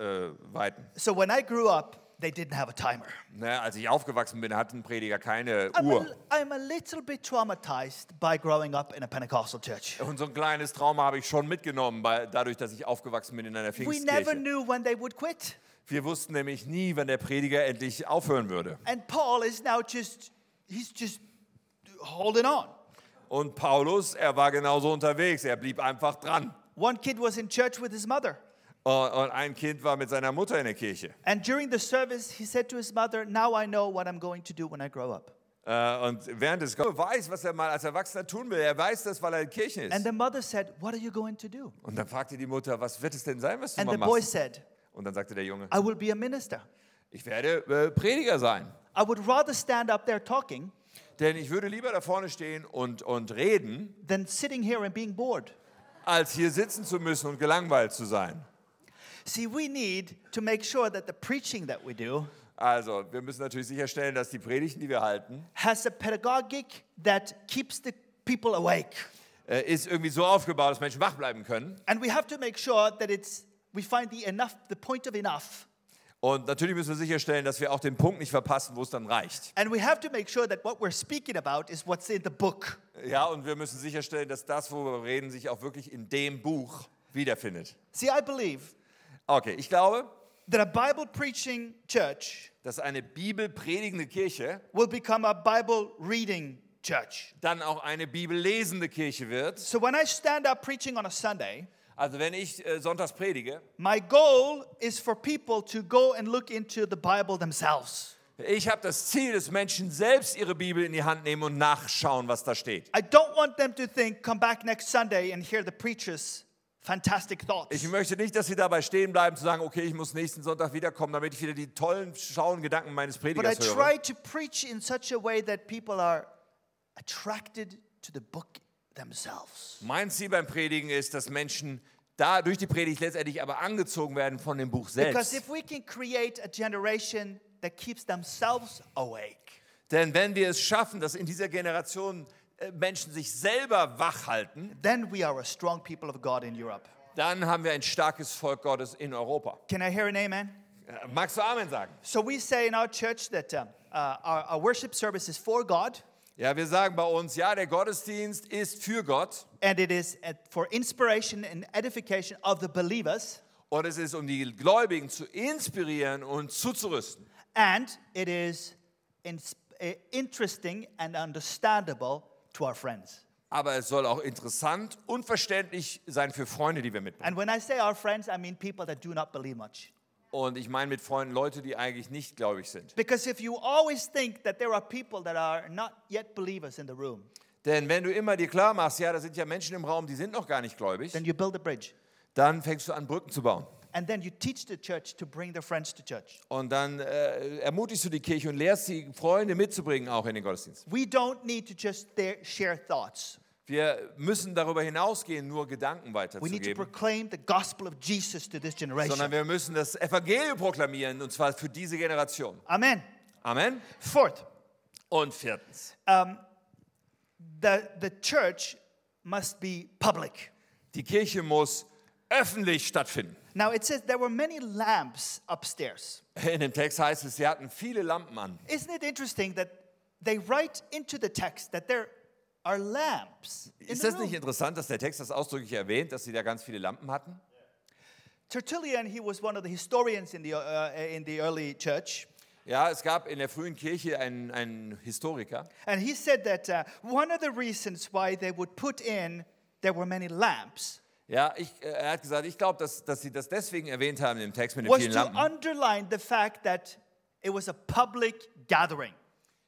Speaker 3: ausweiten.
Speaker 2: So when I grew up, they didn't have a timer.
Speaker 3: ne, als ich aufgewachsen bin, hat ein Prediger keine
Speaker 2: I'm a,
Speaker 3: Uhr.
Speaker 2: I'm a little bit traumatized by growing up in a Pentecostal church.
Speaker 3: Und so ein kleines Trauma habe ich schon mitgenommen, weil, dadurch, dass ich aufgewachsen bin in einer
Speaker 2: We never
Speaker 3: Pfingstkirche.
Speaker 2: knew when they would quit.
Speaker 3: Wir wussten nämlich nie, wann der Prediger endlich aufhören würde.
Speaker 2: And Paul is now just, he's just holding on.
Speaker 3: Und Paulus, er war genauso unterwegs, er blieb einfach dran.
Speaker 2: One kid was in church with his mother.
Speaker 3: Und und ein Kind war mit seiner Mutter in der Kirche.
Speaker 2: And during the service, he said to his mother, Now I know what I'm going to do when I grow up.
Speaker 3: Äh, und während des Gottes weiß, was er mal als Erwachsener tun will. Er weiß das, weil er in Kirche
Speaker 2: And
Speaker 3: ist.
Speaker 2: the mother said, What are you going to do?
Speaker 3: Und dann fragte die Mutter, was wird es denn sein, was du
Speaker 2: And
Speaker 3: mal
Speaker 2: the boy
Speaker 3: machst?
Speaker 2: said, "Ah."
Speaker 3: Und dann sagte der Junge,
Speaker 2: I will be a minister.
Speaker 3: ich werde äh, Prediger sein.
Speaker 2: I would rather stand up there talking
Speaker 3: Denn ich würde lieber da vorne stehen und, und reden,
Speaker 2: than sitting here and being bored.
Speaker 3: als hier sitzen zu müssen und gelangweilt zu sein.
Speaker 2: See, we need to make sure that the preaching that we do
Speaker 3: Also, wir müssen natürlich sicherstellen, dass die Predigten, die wir halten,
Speaker 2: has a pedagogic that keeps the people awake.
Speaker 3: äh, ist irgendwie so aufgebaut, dass Menschen wach bleiben können.
Speaker 2: And we have to make sure that it's we find the enough the point of enough.
Speaker 3: Und natürlich müssen wir sicherstellen, dass wir auch den Punkt nicht verpassen, wo es dann reicht.
Speaker 2: And we have to make sure that what we're speaking about is what's in the book.
Speaker 3: Ja, und wir müssen sicherstellen, dass das, worüber wir reden, sich auch wirklich in dem Buch wiederfindet.
Speaker 2: See, I believe
Speaker 3: Okay, ich glaube,
Speaker 2: that a Bible preaching church
Speaker 3: dass eine bibelpredigende Kirche
Speaker 2: will become a Bible reading church.
Speaker 3: dann auch eine bibellesende Kirche wird.
Speaker 2: So when I stand up preaching on a Sunday,
Speaker 3: Also wenn ich äh, sonntags predige,
Speaker 2: my goal is for people to go and look into the Bible themselves.
Speaker 3: ich habe das Ziel, dass Menschen selbst ihre Bibel in die Hand nehmen und nachschauen, was da steht.
Speaker 2: I don't want them to think, come back next Sunday and hear the preacher's fantastic thoughts.
Speaker 3: Ich möchte nicht, dass sie dabei stehen bleiben zu sagen, okay, ich muss nächsten Sonntag wiederkommen, damit ich wieder die tollen, schauen Gedanken meines
Speaker 2: But I
Speaker 3: Predigers höre.
Speaker 2: try to preach in such a way that people are attracted to the book themselves.
Speaker 3: Mein Ziel beim Predigen ist, dass Menschen da durch die Predigt letztendlich aber angezogen werden von dem Buch
Speaker 2: Because
Speaker 3: selbst.
Speaker 2: if we can create a generation that keeps themselves awake,
Speaker 3: Denn wenn wir es schaffen, dass in dieser Generation äh, Menschen sich selber wach halten,
Speaker 2: then we are a strong people of God in Europe.
Speaker 3: dann haben wir ein starkes Volk Gottes in Europa.
Speaker 2: Can I hear an amen?
Speaker 3: Äh, Äh, Magst du Amen sagen?
Speaker 2: So we say in our church that um, uh, our, our worship service is for God
Speaker 3: Ja, wir sagen bei uns, ja, der Gottesdienst ist für Gott
Speaker 2: and it is at, for inspiration and edification of the believers
Speaker 3: und es ist, um die Gläubigen zu inspirieren und zuzurüsten.
Speaker 2: and it is ins- eh, interesting and understandable to our friends.
Speaker 3: Aber es soll auch interessant und verständlich sein für Freunde, die wir mitbringen.
Speaker 2: And when I say our friends, I mean people that do not believe much.
Speaker 3: Und ich meine mit Freunden Leute, die eigentlich nicht gläubig sind.
Speaker 2: Because if you always think that there are people that are not yet believers in the room,
Speaker 3: Denn wenn du immer dir klar machst, ja, da sind ja Menschen im Raum, die sind noch gar nicht gläubig,
Speaker 2: then you build a bridge.
Speaker 3: dann fängst du an, Brücken zu bauen.
Speaker 2: And then you teach the church to bring their friends to church.
Speaker 3: Und dann äh, ermutigst du die Kirche und lehrst die Freunde mitzubringen, auch in den Gottesdienst.
Speaker 2: We don't need to just there- share thoughts.
Speaker 3: Wir müssen darüber hinausgehen, nur Gedanken
Speaker 2: We need to
Speaker 3: weiterzugeben,
Speaker 2: proclaim the gospel of Jesus to this
Speaker 3: sondern
Speaker 2: generation.
Speaker 3: wir müssen das Evangelium proklamieren, und zwar für diese Generation.
Speaker 2: Amen.
Speaker 3: Amen.
Speaker 2: Fourth,
Speaker 3: Und viertens,
Speaker 2: the, the church must be public.
Speaker 3: die Kirche muss öffentlich stattfinden.
Speaker 2: Now it says there were many lamps upstairs.
Speaker 3: In dem Text heißt es, sie hatten viele Lampen an.
Speaker 2: Isn't it interesting that they write into the text that there are lamps? In
Speaker 3: Ist
Speaker 2: the
Speaker 3: das
Speaker 2: room?
Speaker 3: nicht interessant, dass der Text das ausdrücklich erwähnt, dass sie da ganz viele Lampen hatten?
Speaker 2: Tertullian, he was one of the historians in the, uh, in the early church.
Speaker 3: Ja, es gab in der frühen Kirche einen, einen Historiker,
Speaker 2: And he said that uh, one of the reasons why they would put in there were many lamps
Speaker 3: Ja, ich, äh, er hat gesagt, ich glaube, dass, dass sie das deswegen erwähnt haben im Text mit den
Speaker 2: was
Speaker 3: vielen
Speaker 2: to
Speaker 3: Lampen.
Speaker 2: underline the fact that it was a public gathering.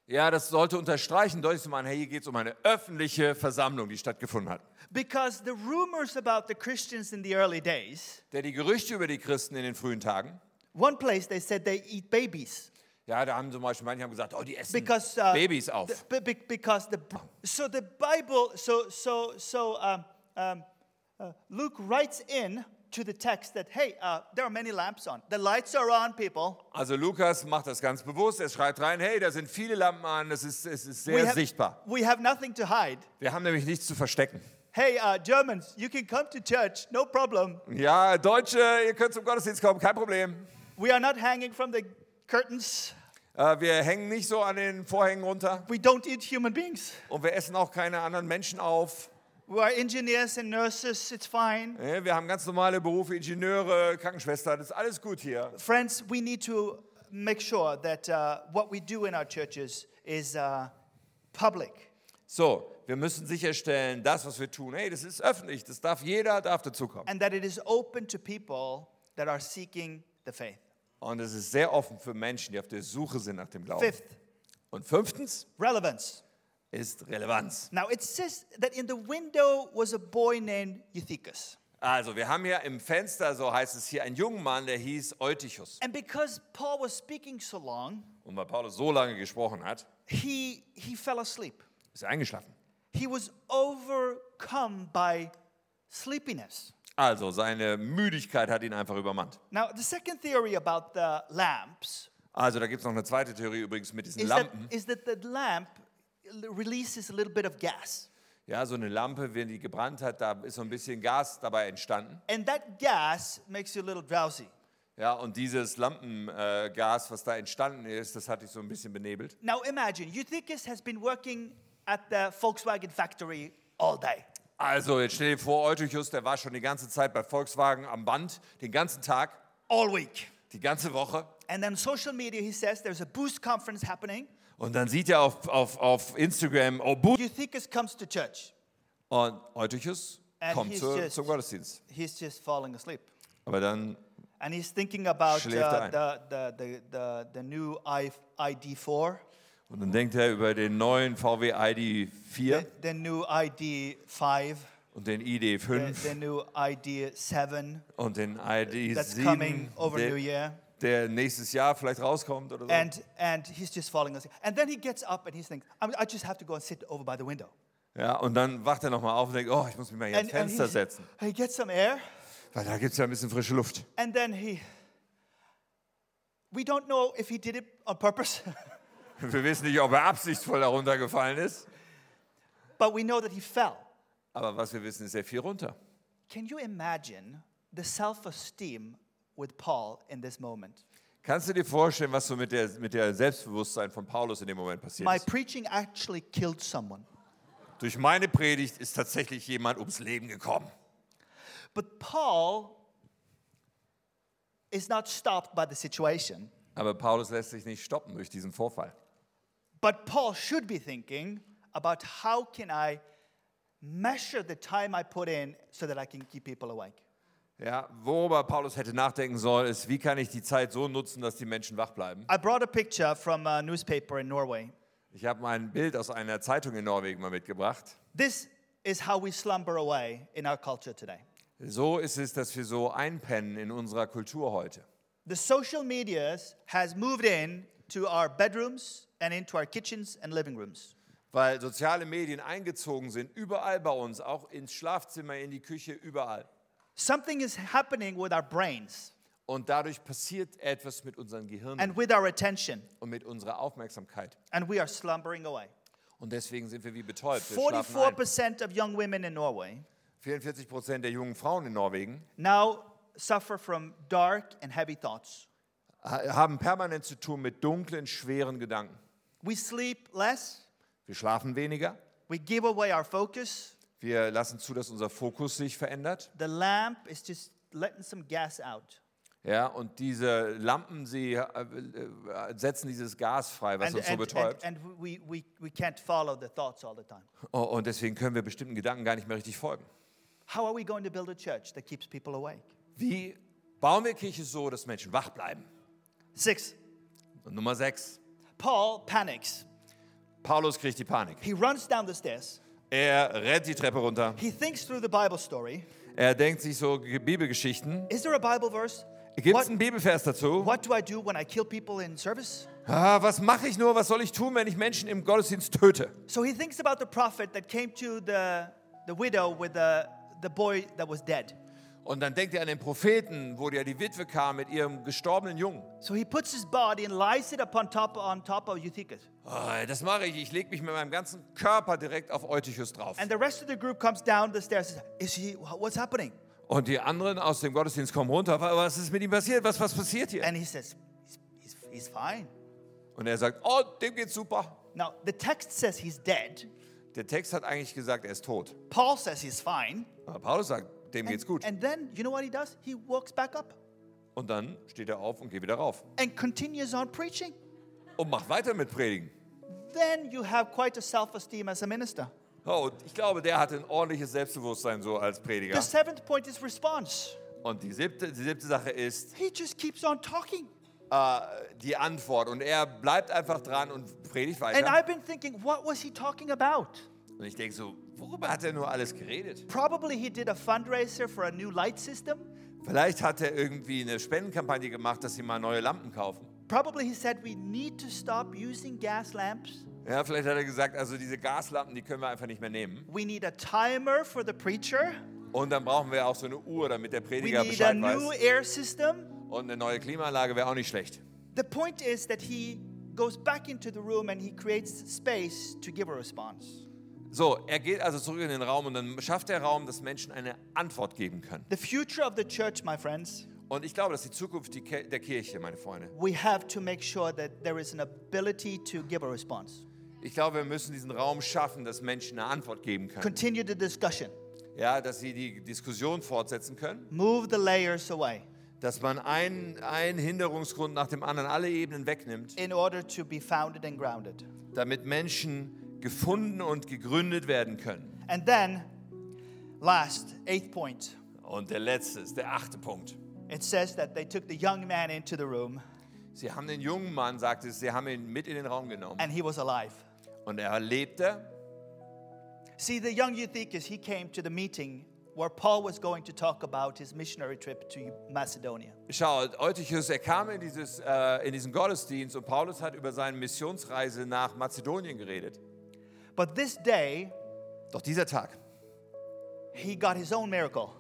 Speaker 3: Ja, das sollte unterstreichen, deutlich zu machen, hey, hier geht es um eine öffentliche Versammlung, die stattgefunden hat.
Speaker 2: Because the rumors about the Christians in the early days,
Speaker 3: Der die Gerüchte über die Christen in den frühen Tagen,
Speaker 2: one place they said they eat babies.
Speaker 3: ja, da haben zum Beispiel manche haben gesagt, oh, die essen
Speaker 2: because uh,
Speaker 3: Babys auf.
Speaker 2: the- be- be- because the so the Bible so so so um, um, uh, Luke writes in to the text that hey uh, there are many lamps on the lights are on people
Speaker 3: Also Lukas macht das ganz bewusst, er schreibt rein, hey, da sind viele Lampen an, es ist, es ist sehr sichtbar.
Speaker 2: we have nothing to hide
Speaker 3: Wir haben nämlich nichts zu verstecken.
Speaker 2: hey uh, Germans you can come to church no problem
Speaker 3: Ja, Deutsche, ihr könnt zum Gottesdienst kommen, kein Problem.
Speaker 2: we are not hanging from the curtains
Speaker 3: Äh, wir hängen nicht so an den Vorhängen runter
Speaker 2: we don't eat human beings
Speaker 3: und wir essen auch keine anderen Menschen auf.
Speaker 2: we are engineers and nurses it's fine
Speaker 3: Ne, Wir haben ganz normale Berufe, Ingenieure, Krankenschwester, das ist alles gut hier.
Speaker 2: friends we need to make sure that uh, what we do in our churches is uh, public
Speaker 3: So, wir müssen sicherstellen, das, was wir tun, hey, das ist öffentlich, das darf jeder, darf dazukommen.
Speaker 2: and that it is open to people that are seeking the faith.
Speaker 3: Und es ist sehr offen für Menschen, die auf der Suche sind nach dem Glauben.
Speaker 2: Fifth,
Speaker 3: Und fünftens
Speaker 2: relevance.
Speaker 3: ist Relevanz.
Speaker 2: Now it says that in the window was a boy named Eutychus.
Speaker 3: Also, wir haben hier im Fenster, so heißt es hier, einen jungen Mann, der hieß Eutychus.
Speaker 2: And because Paul was speaking so long,
Speaker 3: Und weil Paulus so lange gesprochen hat,
Speaker 2: he, he fell asleep.
Speaker 3: ist er eingeschlafen.
Speaker 2: He was overcome by sleepiness.
Speaker 3: Also, seine Müdigkeit hat ihn einfach übermannt.
Speaker 2: Now, the second theory about the lamps
Speaker 3: Also, da gibt es noch eine zweite Theorie übrigens mit diesen
Speaker 2: is that,
Speaker 3: Lampen.
Speaker 2: is that the lamp releases a little bit of gas.
Speaker 3: Ja, so eine Lampe, wenn die gebrannt hat, da ist so ein bisschen Gas dabei entstanden.
Speaker 2: And that gas makes you a little drowsy.
Speaker 3: Ja, und dieses Lampengas, äh, Gas, was da entstanden ist, das hat dich so ein bisschen benebelt.
Speaker 2: Now imagine, Eutychus has been working at the Volkswagen factory all day.
Speaker 3: Also, jetzt stell dir vor, Eutychus, der war schon die ganze Zeit bei Volkswagen am Band, den ganzen Tag,
Speaker 2: All week.
Speaker 3: die ganze Woche.
Speaker 2: And then social media, he says there's a boost conference happening.
Speaker 3: Und dann sieht er auf, auf, auf Instagram, oh, Bu
Speaker 2: Eutychus comes to church.
Speaker 3: Und Eutychus
Speaker 2: And
Speaker 3: kommt
Speaker 2: he's
Speaker 3: zu,
Speaker 2: just-
Speaker 3: zum Gottesdienst.
Speaker 2: He's just falling asleep.
Speaker 3: Aber dann,
Speaker 2: And he's thinking about
Speaker 3: Schläft
Speaker 2: uh,
Speaker 3: ein.
Speaker 2: the, the, the, the, the new I, ID4,
Speaker 3: und dann denkt er über den neuen VW ID4
Speaker 2: the new ID5,
Speaker 3: und den
Speaker 2: the,
Speaker 3: ID5
Speaker 2: the new ID7
Speaker 3: und den
Speaker 2: that's coming over
Speaker 3: ID7,
Speaker 2: New Year.
Speaker 3: der, der nächstes Jahr vielleicht rauskommt oder so.
Speaker 2: And, and he's just falling asleep. And then he gets up and he thinks, "I'm- I just have to go and sit over by the window.
Speaker 3: Ja, und dann wacht er nochmal auf und denkt, oh, ich muss mich mal hier ans Fenster
Speaker 2: he,
Speaker 3: setzen.
Speaker 2: he gets some air,
Speaker 3: Weil da gibt es ja ein bisschen frische Luft.
Speaker 2: and then he. We don't know if he did it on purpose,
Speaker 3: Wir wissen nicht, ob er absichtsvoll da runtergefallen ist.
Speaker 2: but we know that he fell.
Speaker 3: Aber was wir wissen, ist er viel runter.
Speaker 2: Can you imagine the self esteem with Paul in this moment?
Speaker 3: Kannst du dir vorstellen, was so mit der, mit der Selbstbewusstsein von Paulus in dem Moment passiert
Speaker 2: My
Speaker 3: ist?
Speaker 2: preaching actually killed someone.
Speaker 3: Durch meine Predigt ist tatsächlich jemand ums Leben gekommen.
Speaker 2: But Paul is not stopped by the situation.
Speaker 3: Aber Paulus lässt sich nicht stoppen durch diesen Vorfall.
Speaker 2: But Paul should be thinking about how can I measure the time I put in so that I can keep people awake.
Speaker 3: Ja, worüber Paulus hätte nachdenken sollen, ist, wie kann ich die Zeit so nutzen, dass die Menschen wach bleiben?
Speaker 2: I brought a picture from a newspaper in Norway.
Speaker 3: Ich habe mal ein Bild aus einer Zeitung in Norwegen mal mitgebracht.
Speaker 2: This is how we slumber away in our culture today.
Speaker 3: So ist es, dass wir so einpennen in unserer Kultur heute.
Speaker 2: The social medias has moved in to our bedrooms and into our kitchens and living rooms.
Speaker 3: Weil soziale Medien eingezogen sind, überall bei uns, auch ins Schlafzimmer, in die Küche, überall.
Speaker 2: Something is happening with our brains
Speaker 3: Und dadurch passiert etwas mit unseren Gehirnen
Speaker 2: and with our attention,
Speaker 3: und mit unserer Aufmerksamkeit.
Speaker 2: and we are slumbering away.
Speaker 3: Und deswegen sind wir wie betäubt. Wir schlafen ein.
Speaker 2: 44% of young women in Norway
Speaker 3: 44 Prozent der jungen Frauen in Norwegen
Speaker 2: now suffer from dark and heavy thoughts.
Speaker 3: ha- haben permanent zu tun mit dunklen, schweren Gedanken.
Speaker 2: We sleep less,
Speaker 3: Wir schlafen weniger.
Speaker 2: we give away our focus,
Speaker 3: Wir lassen zu, dass unser Fokus sich verändert.
Speaker 2: the lamp is just letting some gas out.
Speaker 3: Ja, und diese Lampen, sie äh, äh, setzen dieses Gas frei, was
Speaker 2: And,
Speaker 3: uns so
Speaker 2: and, and,
Speaker 3: betäubt.
Speaker 2: and we, we, we can't follow the thoughts all the time.
Speaker 3: Oh, und deswegen können wir bestimmten Gedanken gar nicht mehr richtig folgen.
Speaker 2: How are we going to build a church that keeps people awake?
Speaker 3: Wie bauen wir Kirche so, dass Menschen wach bleiben?
Speaker 2: Six,
Speaker 3: Und Nummer sechs,
Speaker 2: Paul panics.
Speaker 3: Paulus kriegt die Panik.
Speaker 2: He runs down the stairs.
Speaker 3: Er rennt die Treppe runter.
Speaker 2: He thinks through the Bible story.
Speaker 3: Er denkt sich so Ge- Bibelgeschichten.
Speaker 2: Is there a Bible verse?
Speaker 3: Gibt
Speaker 2: What-
Speaker 3: es einen Bibelvers dazu?
Speaker 2: What do I do when I kill people in service?
Speaker 3: Ah, was mache ich nur? Was soll ich tun, wenn ich Menschen im Gottesdienst töte?
Speaker 2: So he thinks about the prophet that came to the, the widow with the, the boy that was dead.
Speaker 3: Und dann denkt er an den Propheten, wo ja die Witwe kam mit ihrem gestorbenen Jungen.
Speaker 2: So he puts his body and lies it upon top on top of Eutychus.
Speaker 3: Ah, das mache ich. Ich lege mich mit meinem ganzen Körper direkt auf Eutychus drauf.
Speaker 2: And the rest of the group comes down the stairs. and says, Is he? wha- What's happening?
Speaker 3: Und die anderen aus dem Gottesdienst kommen runter. Wa- Was ist mit ihm passiert? Was, was passiert hier?
Speaker 2: And he says, he's, he's, he's fine.
Speaker 3: Und er sagt, oh, dem geht's super.
Speaker 2: Now the text says he's dead.
Speaker 3: Der Text hat eigentlich gesagt, er ist tot.
Speaker 2: Paul says he's fine.
Speaker 3: Aber Paulus sagt, dem geht's gut.
Speaker 2: And then you know what he does? He walks back up
Speaker 3: Und dann steht er auf und geht wieder rauf.
Speaker 2: and continues on preaching.
Speaker 3: Und macht weiter mit Predigen.
Speaker 2: Then you have quite a self-esteem as a minister.
Speaker 3: Oh, und ich glaube, der hatte ein ordentliches Selbstbewusstsein so als
Speaker 2: The
Speaker 3: Prediger.
Speaker 2: seventh point is response.
Speaker 3: Und die siebte, die siebte Sache ist
Speaker 2: He just keeps on talking.
Speaker 3: äh, die Antwort. Und er bleibt einfach dran und predigt
Speaker 2: And
Speaker 3: weiter.
Speaker 2: I've been thinking, what was he talking about?
Speaker 3: Und ich denke so, worüber hat er nur alles geredet?
Speaker 2: Probably he did a fundraiser for a new light system.
Speaker 3: Vielleicht hat er irgendwie eine Spendenkampagne gemacht, dass sie mal neue Lampen kaufen.
Speaker 2: Probably he said, we need to stop using gas lamps.
Speaker 3: Ja, vielleicht hat er gesagt, also diese Gaslampen, die können wir einfach nicht mehr nehmen.
Speaker 2: We need a timer for the preacher.
Speaker 3: Und dann brauchen wir auch so eine Uhr, damit der
Speaker 2: We
Speaker 3: Prediger
Speaker 2: need a
Speaker 3: Bescheid
Speaker 2: new
Speaker 3: weiß.
Speaker 2: air system.
Speaker 3: Und eine neue Klimaanlage wäre auch nicht schlecht.
Speaker 2: The point is that he goes back into the room and he creates space to give a response.
Speaker 3: So, er geht also zurück in den Raum und dann schafft der Raum, dass Menschen eine Antwort geben können.
Speaker 2: The future of the church, my friends,
Speaker 3: Und ich glaube, dass die Zukunft die Ke- der Kirche, meine Freunde,
Speaker 2: we have to make sure that there is an ability to give a response.
Speaker 3: ich glaube, wir müssen diesen Raum schaffen, dass Menschen eine Antwort geben können.
Speaker 2: Continue the discussion.
Speaker 3: Ja, dass sie die Diskussion fortsetzen können,
Speaker 2: Move the layers away
Speaker 3: dass man einen, einen Hinderungsgrund nach dem anderen, alle Ebenen wegnimmt,
Speaker 2: in order to be founded and grounded.
Speaker 3: damit Menschen gefunden und gegründet werden können.
Speaker 2: And then, last, eighth point,
Speaker 3: Und der letzte ist der achte Punkt.
Speaker 2: it says that they took the young man into the room
Speaker 3: Sie haben den jungen Mann, sagt es, sie haben ihn mit in den Raum genommen.
Speaker 2: and he was alive.
Speaker 3: Und er lebte.
Speaker 2: See, the young Eutychus, he came to the meeting where Paul was going to talk about his missionary trip to Macedonia.
Speaker 3: Schaut, Eutychus, er kam in, dieses, äh, in diesen Gottesdienst und Paulus hat über seine Missionsreise nach Mazedonien geredet.
Speaker 2: But this day,
Speaker 3: Doch dieser Tag,
Speaker 2: he got his own miracle,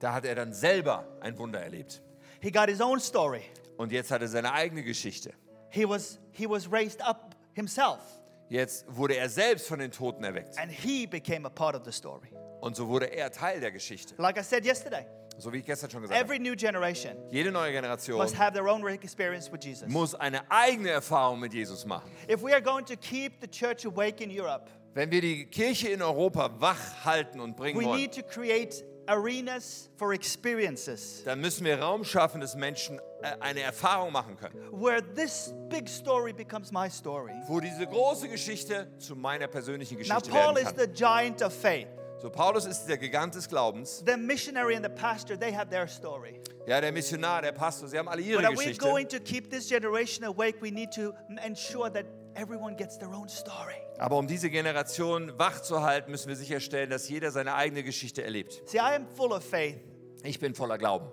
Speaker 3: da hat er dann selber ein Wunder erlebt.
Speaker 2: he got his own story.
Speaker 3: Und jetzt hat er seine eigene Geschichte.
Speaker 2: He was, he was raised up himself,
Speaker 3: Jetzt wurde er selbst von den Toten erweckt.
Speaker 2: and he became a part of the story.
Speaker 3: Und so wurde er Teil der Geschichte.
Speaker 2: Like I said yesterday,
Speaker 3: So wie ich gestern schon gesagt habe.
Speaker 2: Every new generation
Speaker 3: Jede neue Generation
Speaker 2: must have their own experience with Jesus.
Speaker 3: muss eine eigene Erfahrung mit Jesus machen.
Speaker 2: If we are going to keep the church awake in Europe,
Speaker 3: Wenn wir die Kirche in Europa wach halten und bringen
Speaker 2: we
Speaker 3: wollen,
Speaker 2: need to create arenas for experiences
Speaker 3: dann müssen wir Raum schaffen, dass Menschen äh, eine Erfahrung machen können,
Speaker 2: where this big story becomes my story.
Speaker 3: wo diese große Geschichte zu meiner persönlichen
Speaker 2: Now,
Speaker 3: Geschichte
Speaker 2: Paul
Speaker 3: werden
Speaker 2: is the
Speaker 3: kann.
Speaker 2: giant of faith.
Speaker 3: So Paulus ist der Gigant des Glaubens.
Speaker 2: The missionary and the pastor, they have their story.
Speaker 3: Ja, der Missionar, der Pastor, sie haben alle ihre
Speaker 2: But are we
Speaker 3: Geschichte.
Speaker 2: going to keep this generation awake? We need to ensure that everyone gets their own story.
Speaker 3: Aber um diese Generation wach zu halten, müssen wir sicherstellen, dass jeder seine eigene Geschichte erlebt.
Speaker 2: See, I am full of faith
Speaker 3: Ich bin voller Glauben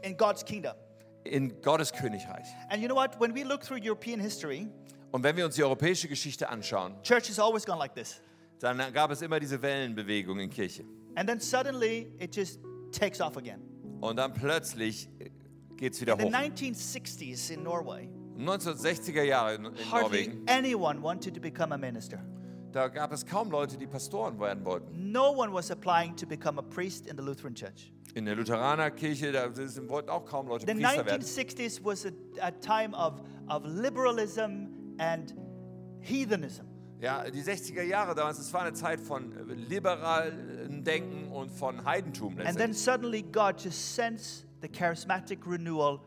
Speaker 2: in God's kingdom.
Speaker 3: in Gottes Königreich.
Speaker 2: And you know what? When we look through European history,
Speaker 3: Und wenn wir uns die europäische Geschichte anschauen,
Speaker 2: church has always gone like this.
Speaker 3: dann gab es immer diese Wellenbewegung in Kirche.
Speaker 2: And then suddenly it just takes off again.
Speaker 3: Und dann plötzlich geht es wieder
Speaker 2: In the
Speaker 3: hoch.
Speaker 2: 1960s in Norway,
Speaker 3: 1960er Jahre in, in
Speaker 2: hardly
Speaker 3: Norwegen,
Speaker 2: anyone wanted to become a minister.
Speaker 3: da gab es kaum Leute, die Pastoren werden wollten.
Speaker 2: No one was applying to become a priest in the Lutheran church.
Speaker 3: In der Lutheranerkirche, da sind- wollten auch kaum Leute
Speaker 2: The
Speaker 3: Priester werden.
Speaker 2: 1960s was a, a time of, of liberalism and heathenism.
Speaker 3: Ja, die 60er Jahre damals, es war eine Zeit von äh, liberalem Denken und von Heidentum
Speaker 2: And then
Speaker 3: letztendlich.
Speaker 2: suddenly God just sends the charismatic renewal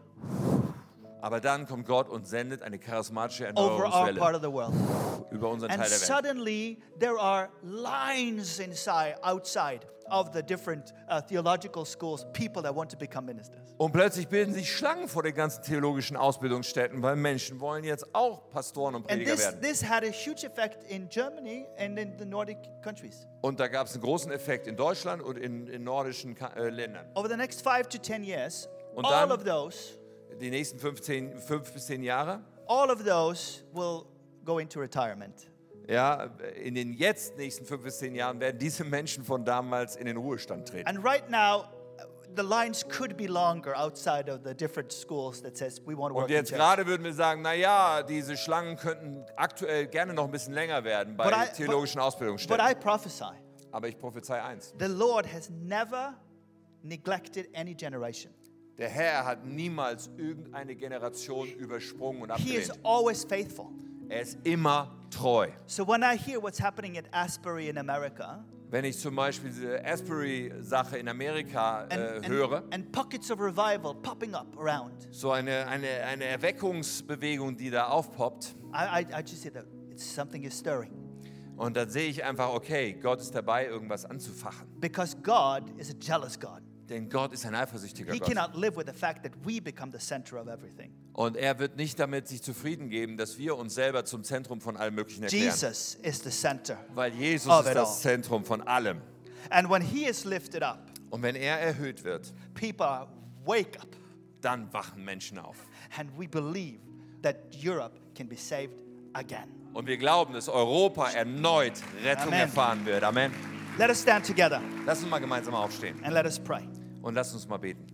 Speaker 3: Aber dann kommt Gott und sendet eine charismatische
Speaker 2: over our part
Speaker 3: Erneuerungswelle
Speaker 2: of the world.
Speaker 3: über unseren
Speaker 2: And
Speaker 3: Teil der Welt.
Speaker 2: suddenly there are lines inside, outside of the different uh, theological schools, people that want to become ministers.
Speaker 3: Und plötzlich bilden sich Schlangen vor den ganzen theologischen Ausbildungsstätten, weil Menschen wollen jetzt auch Pastoren und
Speaker 2: And
Speaker 3: Prediger
Speaker 2: this,
Speaker 3: werden.
Speaker 2: this had a huge effect in Germany and in the Nordic countries.
Speaker 3: Und da gab es einen großen Effekt in Deutschland und in, in nordischen Ka äh, Ländern.
Speaker 2: Over the next five to ten years,
Speaker 3: Und
Speaker 2: all
Speaker 3: dann-
Speaker 2: of those,
Speaker 3: Die nächsten 15, 5 bis 10 Jahre,
Speaker 2: all of those will go into retirement.
Speaker 3: ja, in den jetzt nächsten 5 bis 10 Jahren werden diese Menschen von damals in den Ruhestand treten.
Speaker 2: And right now, uh, the lines could be longer outside of the different schools that says we want to work
Speaker 3: Und jetzt
Speaker 2: in church.
Speaker 3: gerade würden wir sagen, naja, diese Schlangen könnten aktuell gerne noch ein bisschen länger werden bei
Speaker 2: But I-
Speaker 3: theologischen
Speaker 2: But
Speaker 3: Ausbildungsstätten.
Speaker 2: I prophesy,
Speaker 3: Aber ich prophezei eins.
Speaker 2: the Lord has never neglected any generation.
Speaker 3: Der Herr hat niemals irgendeine Generation übersprungen und
Speaker 2: He is
Speaker 3: abgelehnt.
Speaker 2: always faithful.
Speaker 3: Er ist immer treu.
Speaker 2: So when I hear what's happening at Asbury in America
Speaker 3: Wenn ich zum Beispiel diese Asbury-Sache in Amerika
Speaker 2: and,
Speaker 3: äh,
Speaker 2: and-
Speaker 3: höre,
Speaker 2: and pockets of revival popping up around,
Speaker 3: so eine, eine, eine Erweckungsbewegung, die da aufpoppt,
Speaker 2: I, I, I just say that it's, something is stirring
Speaker 3: und dann sehe ich einfach, okay, Gott ist dabei, irgendwas anzufachen.
Speaker 2: because God is a jealous God.
Speaker 3: Denn Gott ist ein eifersüchtiger
Speaker 2: He
Speaker 3: Gott.
Speaker 2: cannot live with the fact that we become the center of everything.
Speaker 3: Und er wird nicht damit sich zufrieden geben, dass wir uns selber zum Zentrum von allem Möglichen erklären.
Speaker 2: Jesus is the center.
Speaker 3: Weil Jesus
Speaker 2: Of
Speaker 3: ist
Speaker 2: it
Speaker 3: das
Speaker 2: all.
Speaker 3: Zentrum von allem.
Speaker 2: And when he is lifted up,
Speaker 3: Und wenn er erhöht wird,
Speaker 2: people are- wake up
Speaker 3: dann wachen Menschen auf.
Speaker 2: and we believe that Europe can be saved again.
Speaker 3: Und wir glauben, dass Europa erneut Rettung
Speaker 2: Amen.
Speaker 3: erfahren wird. Amen.
Speaker 2: Let us stand together
Speaker 3: Lass uns mal gemeinsam aufstehen
Speaker 2: and let us pray.
Speaker 3: und lass uns mal beten.